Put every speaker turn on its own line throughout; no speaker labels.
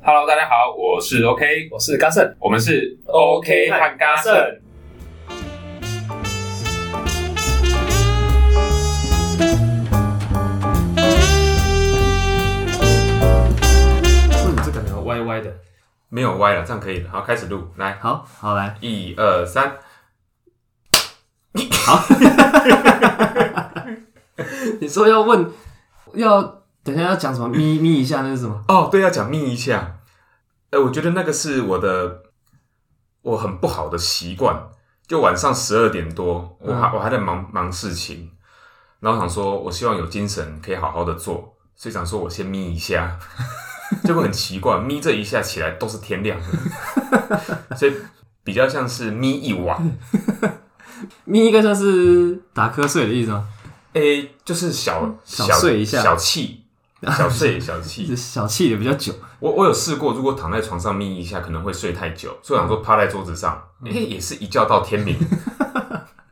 Hello，大家好，我是 OK，
我是嘉盛，
我们是
OK
和
嘉
嘎
盛
盛。
嗯，这个呢歪歪的，没有歪了，这样可以了。好，开始录，来，
好好来，
一二三，
你说要问，要等一下要讲什么？咪咪一下那是什么？
哦，对，要讲密一下。哎、我觉得那个是我的，我很不好的习惯，就晚上十二点多，我
嗯
还、我还在忙忙事情，然后想说，我希望有精神可以好好的做，所以想说我先眯一下， 结果很奇怪，眯这一下起来都是天亮的，所以比较像是眯一晚。
咪应该算是打瞌睡的意思吗？
诶、就是小
小睡一下
小 气，小睡小
就是
气。
小气的比较久，
我我有试过，如果躺在床上眯一下，可能会睡太久，所以我想说趴在桌子上，
嗯
诶、也是一觉到天 明。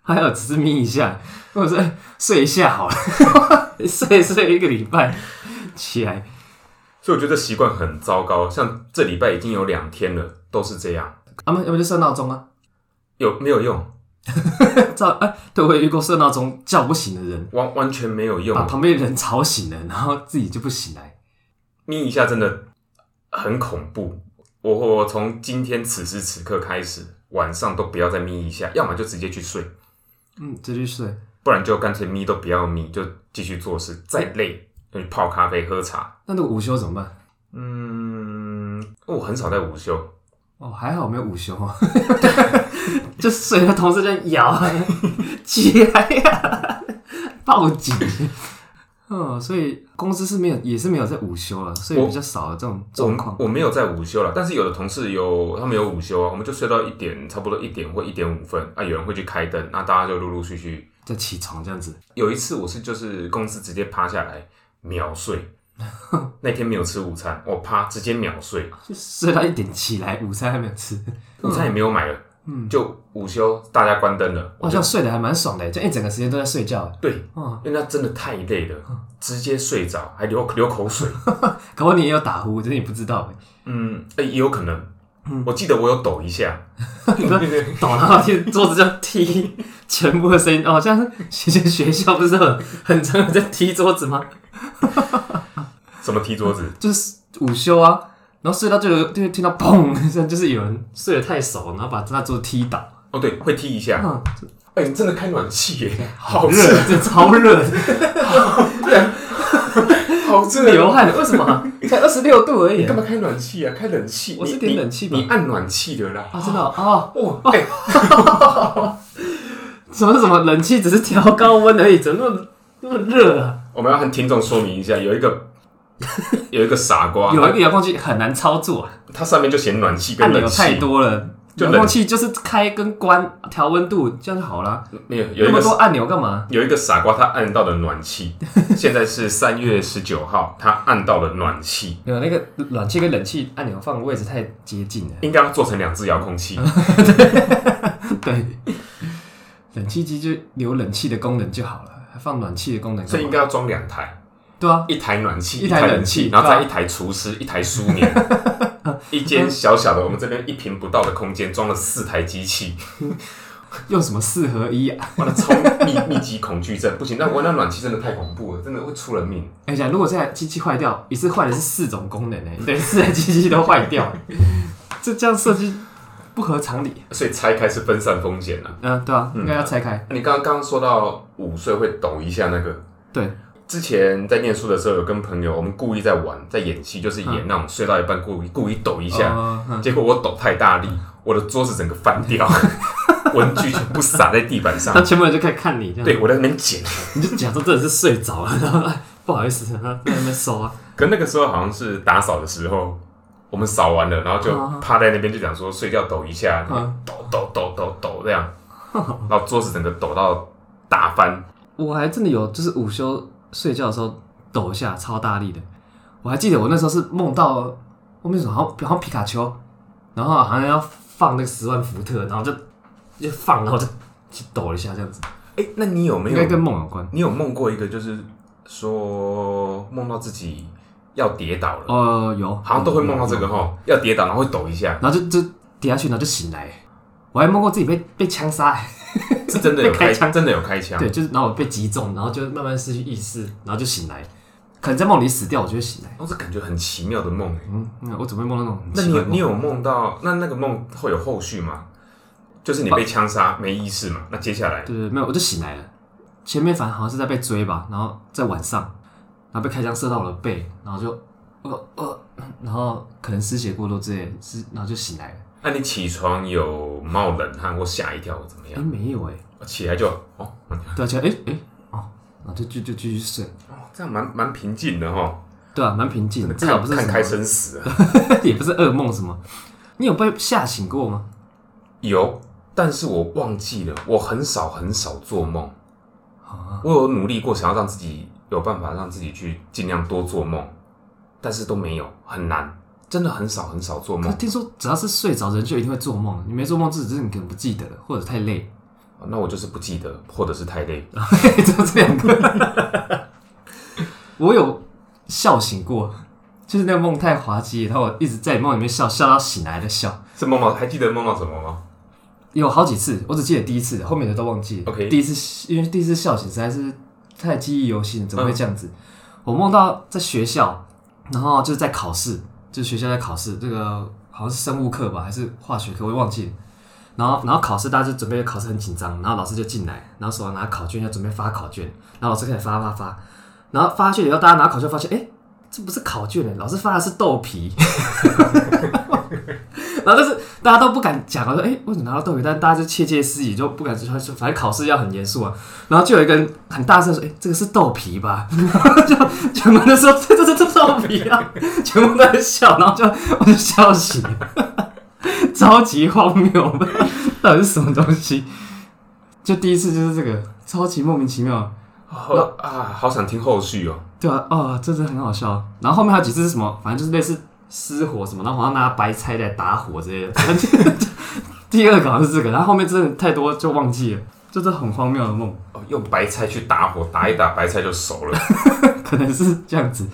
还有只是咪一下，或者是哎睡一下好了， 睡一睡一个礼拜起来，
所以我觉得这习惯很糟糕，像这礼拜已经有两天了，都是这样，
啊不，要不就设闹钟啊，
有没有用？
照哎、对我也遇过设闹钟叫不醒的人，
完完全没有用
把，旁边的人吵醒了，然后自己就不醒来。
眯一下真的很恐怖。我我从今天此时此刻开始，晚上都不要再眯一下，要么就直接去睡，
嗯，这就是睡。
不然就干脆眯都不要眯，就继续做事，再累就去泡咖啡、喝茶。
那那个午休怎么办？
嗯，我很少在午休，
哦，还好没有午休 啊，就随着同事这样摇 啊，起来呀、报警。 嗯，所以公司是没有，也是没有在午休了，所以比较少有这种状况
我。我没有在午休了，但是有的同事有他们有午休啊，我们就睡到一点，差不多一点或一点五分啊，有人会去开灯，那大家就陆陆续续。
就起床这样子，
有一次我是就是公司直接趴下来秒 睡，那天没有吃午餐，我趴直接秒睡，
就睡到一点起来，午餐还没有吃，
午餐也没有买了，
嗯
就午休大家关灯了，
好像睡得还蛮爽的，就一整个时间都在睡觉。
对，
嗯，
因为那真的太累了，直接睡着，还流流口水。
搞不好你也有打呼，只是你不知道
嗯，诶也有可能。
嗯
我记得我有抖一下，
欸，抖然后就桌子这样踢，全部的声音，哦，好像是学学校不是很很常有在踢桌子吗？
什么踢桌子，
就是午休啊，然后睡到最后就会听到砰 一声，就是有人睡得太熟，然后把那桌踢倒。
哦对，会踢一下。
嗯，
哎、你真的开暖气耶，好
热，这超 热的，
好热
流汗的。为什么啊、才二十六度而已
你干
啊！
嘛开暖气啊？开冷气，
我
你
是点
你
冷气吧
你按暖气的啦。
啊真的哦哦，
哇，哎、
什么什么冷气只是调高温而已，怎么那么那么热啊？
我们要和听众说明一下，有一 个有一个傻瓜，
有一个遥控器很难操作啊，
它上面就写暖气跟
按
冷
钮
气，
太多了。
就
遥
冷
控器就是开跟关，调温度，这样就好啦。
没有有
那
一
么多
个
按钮干嘛？
有一个傻瓜，他按到了暖气。现在是三月十九号，他按到了暖气，
没有那个暖气跟冷气按钮放的位置太接近了。
应该要做成两只遥控 器。
对，冷气机就留冷气的功能就好了，还放暖气的功能干嘛。
所以应该要装两台，
对啊，
一台暖气，
一台
冷
冷气
然后再
对啊
一台厨师，一台书 眠，一间小小的我们这边一平不到的空间装了四台机器，
用什么四合一啊？
完了超密密集恐惧症，不行， 那我那暖气真的太恐怖了，真的会出人命。
哎、讲如果这台机器坏掉，一次坏的是四种功能呢、对，四台机器都坏掉， 这这样设计不合常理。
所以拆开是分散风险啊。
嗯、对啊，应该要拆开。
你刚刚刚说到午睡会抖一下那个，
对，
之前在念书的时候有跟朋友，我们故意在玩，在演戏，就是演
嗯
那种睡到一半故意故意抖一
一
下，
嗯
结果我抖太大力，我的桌子整个翻 掉，文具全部洒在地板上
那。全部人就开始看你这样，
对，我在那边捡。
你就假装真的是睡着了，然后哎不好意思，然后在那边收啊。
可那个时候好像是打扫的时候，我们扫完了，然后就
嗯
趴在那边就讲说睡觉抖一下
嗯，
抖抖抖抖抖这 样，然后桌子整个抖到打翻。
我还真的有，就是午休睡觉的时候抖一下，超大力的。我还记得我那时候是梦到后面什么，好像好像皮卡丘，然后好像要放那个十万伏特，然后就就放，然后就去抖一下这样子，
哎，那你有没
应该跟
有
梦有关。
你有梦过一个就是说梦到自己要跌倒了，
哦、有，
好像都会梦到这个哈，要跌倒然后会抖一下，
然后就就跌下去，然后就醒来。我还梦过自己被被枪杀、欸，
是真的有
被开
开，
枪
真的有开枪，
对，就是然后我被击中，然后就慢慢失去意识，然后就醒来。可能在梦里死掉，我就会醒来。
哦，这感觉很奇妙的梦哎。
嗯，嗯我怎么会梦到那种很
那
奇
你
怪
有
的梦？
你有梦到那那个梦会有后续吗？就是你被
啊
枪杀没意识嘛？那接下来
对对，没有，我就醒来了。前面反正好像是在被追吧，然后在晚上，然后被开枪射到我的背，然后就呃呃，然后可能失血过多之类的，是然后就醒来了。
那、啊你起床有冒冷汗或吓一跳或怎么
哎、
样？
没有哎、
起来就哦
对啊，就哎哎哦，然后就就就继续睡。
哦，这样蛮蛮平静的哈，
对啊，蛮平静的，至少
看
不是
看
什么
开生死啊。
也不是噩梦什么。你有被吓醒过吗？
有，但是我忘记了，我很少很少做梦。
啊，
我有努力过，想要让自己有办法让自己去尽量多做梦，但是都没有，很难，真的很少很少做
可
梦
是。听说只要是睡着人就一定会做梦，你没做梦，只是你可能不记得了，或者太累，
那我就是不记得，或者是太累。
就这两个。我有笑醒过，就是那个梦太滑稽，然后我一直在梦里面笑，笑到醒来的笑。
是梦到还记得梦到什么吗？
有好几次，我只记得第一次，后面的都忘记了。
OK
第一次因为第一次笑醒实在是太记忆犹新，怎么会这样子？我梦到在学校，然后就是在考试，就是学校在考试，这个好像是生物课吧，还是化学课，我也忘记了。然后，然后考试，大家就准备考试很紧张，然后老师就进来，然后手上拿考卷，要准备发考卷，然后老师开始发发发，然后发卷以后，大家拿考卷发现，哎，这不是考卷哎，老师发的是豆皮， 然后但是大家都不敢讲，我说哎，诶为什么拿到豆皮？但大家就窃窃私语，就不敢说，反正考试要很严肃啊。然后就有一个人很大声说，哎，这个是豆皮吧？ 就全部都说这这这这豆皮啊， 全部都在笑，然后就我就笑醒了，超级荒谬， 到底是什么东西？就第一次就是这个，超级莫名其妙。
好啊，好想听后续哦。
对啊，哦，这真的很好笑。然后后面还有几次是什么，反正就是类似失火什么，然后好像拿白菜来打火之类的。反正 就第二个好像是这个，然后后面真的太多就忘记了，就是很荒谬的梦，
哦，用白菜去打火，打一打白菜就熟 了。
可能是这样子。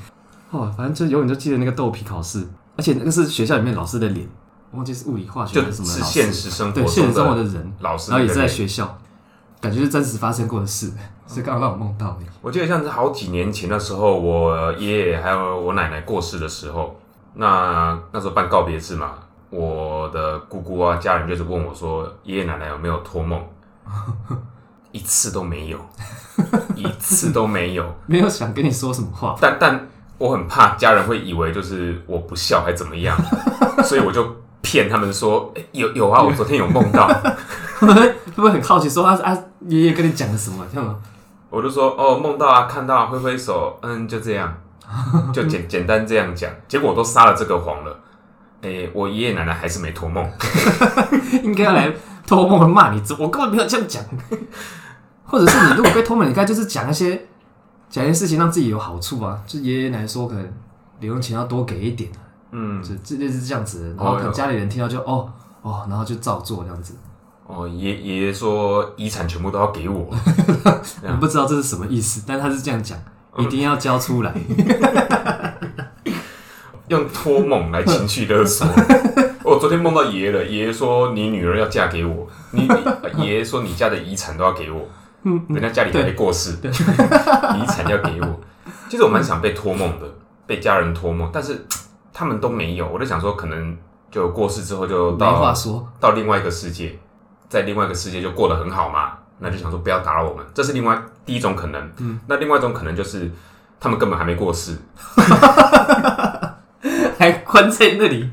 哦，反正就永远就记得那个豆皮考试，而且那个是学校里面老师的脸，忘记是物理化学
就
还是什么的
是
老师
现实生活
对现实生活
中
的
的
人，
老师，
然后也是在。学校，感觉是真实发生过的事，
嗯
是刚刚让我梦到的。
我记得像是好几年前的时候，我爷爷还有我奶奶过世的时候，那那时候办告别式嘛，我的姑姑啊家人就是问我说，爷爷奶奶有没有托梦？ 一次都没有，一次都没有。
没有想跟你说什么话，
但但我很怕家人会以为就是我不孝还怎么样，所以我就骗他们说、欸有有啊，我昨天有梦到，
会不会很好奇说啊啊爷爷跟你讲了什么这样吗？
我就说哦梦到啊，看到啊，挥挥手，嗯，就这样，就简简单这样讲，结果我都撒了这个谎了。诶、我爷爷奶奶还是没托梦，
应该要来偷摸的骂你，这我根本没有这样讲。 或者是你如果被偷摸，你应该就是讲一些讲一些事情，让自己有好处啊。就爷爷奶奶说，可能零用钱要多给一点啊，
嗯，
就这类似这样子的。然后可能家里人听到就哦哦，然后就照做这样子。
哦，爷爷爷说遗产全部都要给我，
我不知道这嗯是什么意思，但他是这样讲，一定要交出来。
用托梦来情绪勒 索。我昨天梦到爷爷了，爷爷说你女儿要嫁给我，你 你爷爷说你家的遗产都要给我，
嗯
人家家里还没过世， 遗产要给我。其实我蛮想被托梦的，被家人托梦，但是他们都没有。我就想说，可能就过世之后就
没话
到
说，
到另外一个世界，在另外一个世界就过得很好嘛。那就想说不要打扰我们，这是另外第一种可能。嗯，那另外一种可能就是他们根本还没过世，
还关在那里。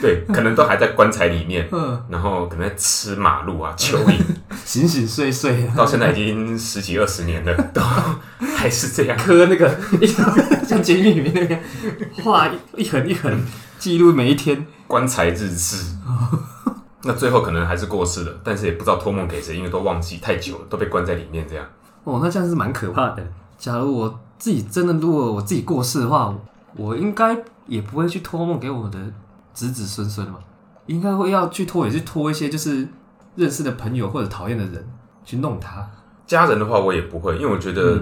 对，可能都还在棺材里面，
嗯，
然后可能在吃马路啊、 蚯蚓，
醒醒睡睡啊，
到现在已经十几二十年 了，都还是这样。
磕那个 像监狱里面那个画一一横一横，记录每一天。
棺材日志。 那最后可能还是过世了，但是也不知道托梦给谁，因为都忘记太久了，都被关在里面这样。
哦，那这样是蛮可怕的。假如我自己真的，如果我自己过世的话，我应该也不会去托梦给我的子子孙孙嘛，应该会要去托，也去托一些就是认识的朋友或者讨厌的人去弄他。
家人的话我也不会，因为我觉得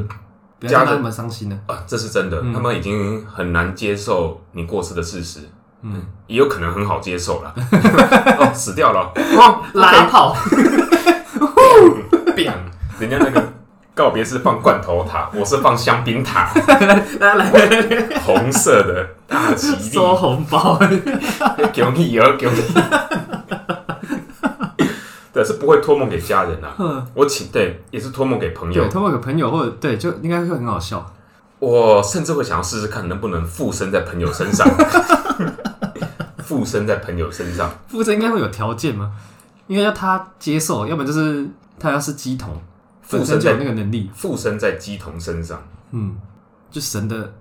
不要让
家
他
人
们伤心了。
啊，这是真的，
嗯
他们已经很难接受你过世的事实，
嗯，
也有可能很好接受 了。哦，死掉了，哦，
拉 炮，
饼，人家那个告别是放罐头塔，我是放香槟塔，
来来来来来，
红色的大吉利，
收红 包，
给你儿，给你。 对，是不会托梦给家人啊。
嗯
我请对，也是托梦给朋友
对，。通过给朋友或者对，就应该会很好笑。
我甚至会想要试试看能不能附身在朋友身上， 附身在朋友身上。
附身应该会有条件吗？应该要他接受，要不然就是他要是鸡童，
附
本身
身
就有
在
那个能力。
附身在鸡童身上，
嗯，就神的，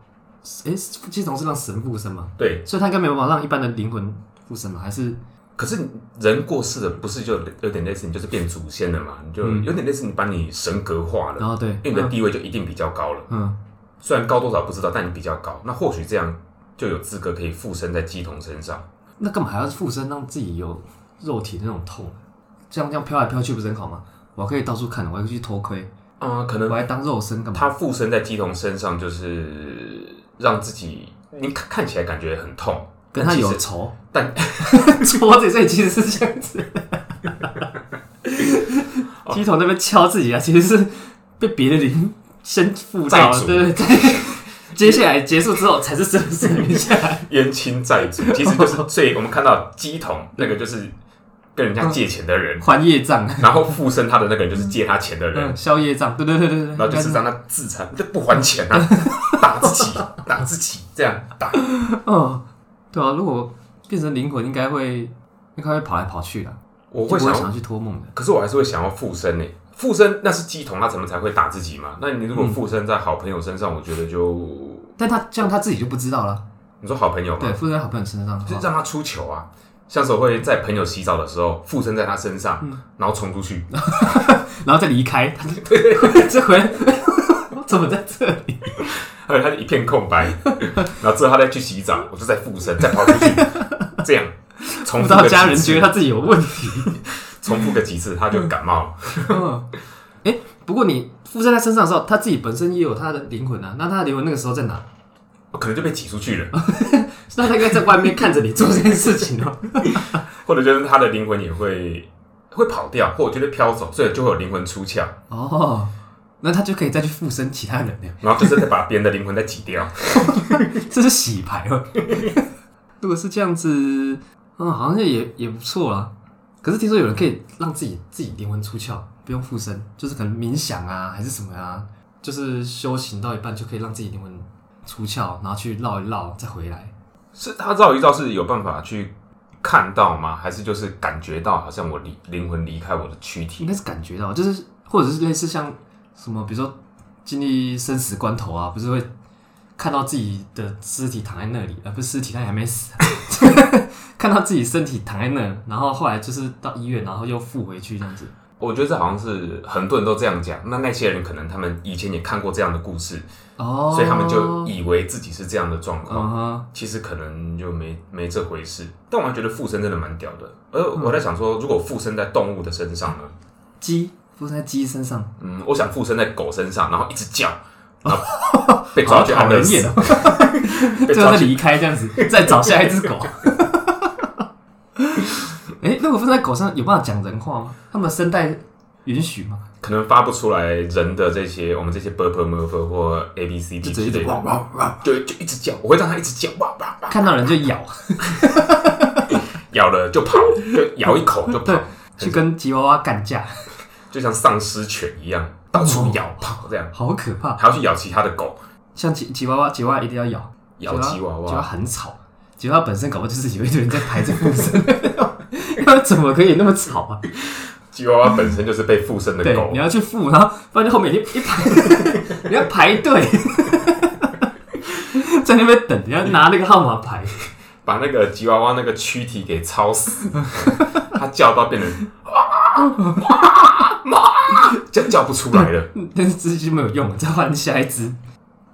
诶，鸡童是让神附身吗？
对。
所以他应该没有办法让一般的灵魂附身嘛？还是
可是人过世了，不是就有点类似你就是变祖先了嘛？你就
嗯哦
有点类似你把你神格化
然
了，
后对，
因为你的地位就一定比较高了。
嗯
虽然高多少不知道，但你比较高，那或许这样就有资格可以附身在鸡童身上。
嗯，那干嘛还要附身让自己有肉体的那种痛？这样这样飘来飘去不是很好吗？我还可以到处看，我还可以去偷窥，
嗯、可
我
能
还当肉身干嘛？
他附身在鸡童身上，就是让自己你看看起来感觉很痛，
跟他有
但其实
仇，
但
戳自己，所以其实是这样 子。鸡头那边敲自己啊，其实是被别的灵先附到
债
了，
主
对对对。 接下来结束之后才是真正下来，
冤亲债主，其实就是最我们看到鸡童那个就是跟人家借钱的 人，
还业障，
然后附身他的那个人就是借他钱的人
嗯，，消业障，对对对对对，
然后就是
应该
让他自残，这不还钱 啊，打自己，打自己，这样打。
是，嗯，对啊，如果变成灵魂，应该会应该会跑来跑去的，
我
就
会
不
想
会
要
想要去托梦的，
可是我还是会想要附身呢、欸附身那是鸡童，他怎么才会打自己嘛？那你如果
嗯
附身在好朋友身上，我觉得就
但他这样他自己就不知道了，
你说好朋友嘛
对，，附在好朋友身上的话，哦
就是让他出糗啊。像是我会在朋友洗澡的时候附身在他身上，
嗯
然后冲出去，
然后再离开，他就这回 来我怎么在这里？
还有他就一片空白， 然后之后他再去洗澡，我就再附身，再跑出去，这样重
不
复
知道
个
家
几
人觉
次，
得他自己有问题。
重复个几次他就感冒了。
嗯，哎、不过你附身在身上的时候，他自己本身也有他的灵魂啊。那他的灵魂那个时候在哪？
我可能就被挤出去 了，
那他应该在外面看着你做这件事情哦。
或者就是他的灵魂也会会跑掉，或者就会飘走，所以就会有灵魂出窍，
哦，那他就可以再去附身其他人了，
然后就是再把别人的灵魂再挤掉。
这是洗牌哦。 如果是这样子，嗯，好像也也不错啦。可是听说有人可以让自己自己灵魂出窍，不用附身，就是可能冥想啊，还是什么啊，就是修行到一半就可以让自己灵魂出窍，然后去绕一绕再回来。
是他绕一绕是有办法去看到吗？还是就是感觉到好像我离灵魂离开我的躯体？
应该是感觉到，就是或者是类似像什么，比如说经历生死关头啊，不是会看到自己的尸体躺在那里，而、不是尸体，他也还没死、啊， 看到自己身体躺在那，然后后来就是到医院，然后又复回去这样子。
我觉得这好像是很多人都这样讲。那那些人可能他们以前也看过这样的故事，
哦，
所以他们就以为自己是这样的状况。
嗯哼，
其实可能就没没这回事，但我还觉得附身真的蛮屌的。而
嗯
我在想说，如果附身在动物的身上呢？
鸡附在鸡身上，
嗯，我想附身在狗身上，然后一直 叫，然后被抓去安乐死，
好讨厌哦，
被
最后
抓
再
去
离开这 样子，再找下一只狗。 哎、那我放在狗上有办法讲人话吗？他们声带允许吗？
可能发不出来人的这些我们这些 b u r p l e m u r p l e 或 a b c d
就
之
直接
类
就汪
的，
汪汪，
对，就一直叫，我会让它一直叫，哇哇哇，
看到人就咬，
咬了就跑，就咬一口就跑
对，去跟吉娃娃干架，
就像丧尸犬一样到处咬跑这样，
好可怕。
还要去咬其他的狗，
像吉吉娃娃，吉娃娃一定要咬，
咬吉娃
吉娃娃
娃，
很吵，吉娃娃本身搞不好就是有一堆人在排着附身，要怎么可 以那么吵啊？
吉娃娃本身就是被附身的
对，
狗
你，要去附，然后不然就后面一一排， 你要排队， 在那边等，你要拿那个号码牌，
把那个吉娃娃那个躯体给操死，它叫到变成啊啊啊，叫叫不出来了。
但是这些没有用，啊再换下一只。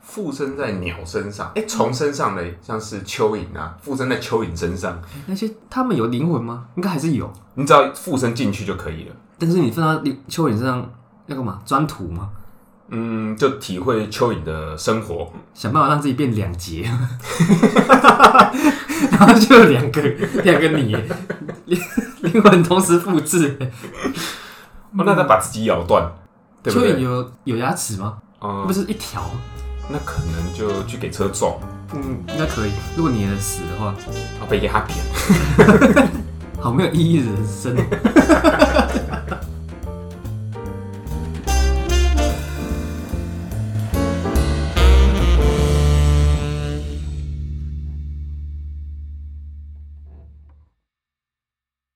附身在鸟身上，哎、虫身上嘞，像是蚯蚓啊，附身在蚯蚓身上，
那些他们有灵魂吗？应该还是有，
你只要附身进去就可以了。
但是你放到灵蚯蚓身上要干嘛？钻土吗？
嗯，就体会蚯蚓的生活。
想办法让自己变两节， 然后就有两个两个你， 灵灵魂同时复制。
哦，那他把自己咬断，对不
蚯蚓
对？
有有牙齿吗？
嗯
不，是一条，
那可能就去给车撞，
嗯，应该可以。如果你的死的话，
然后被压扁。
好没有意义的人生哦。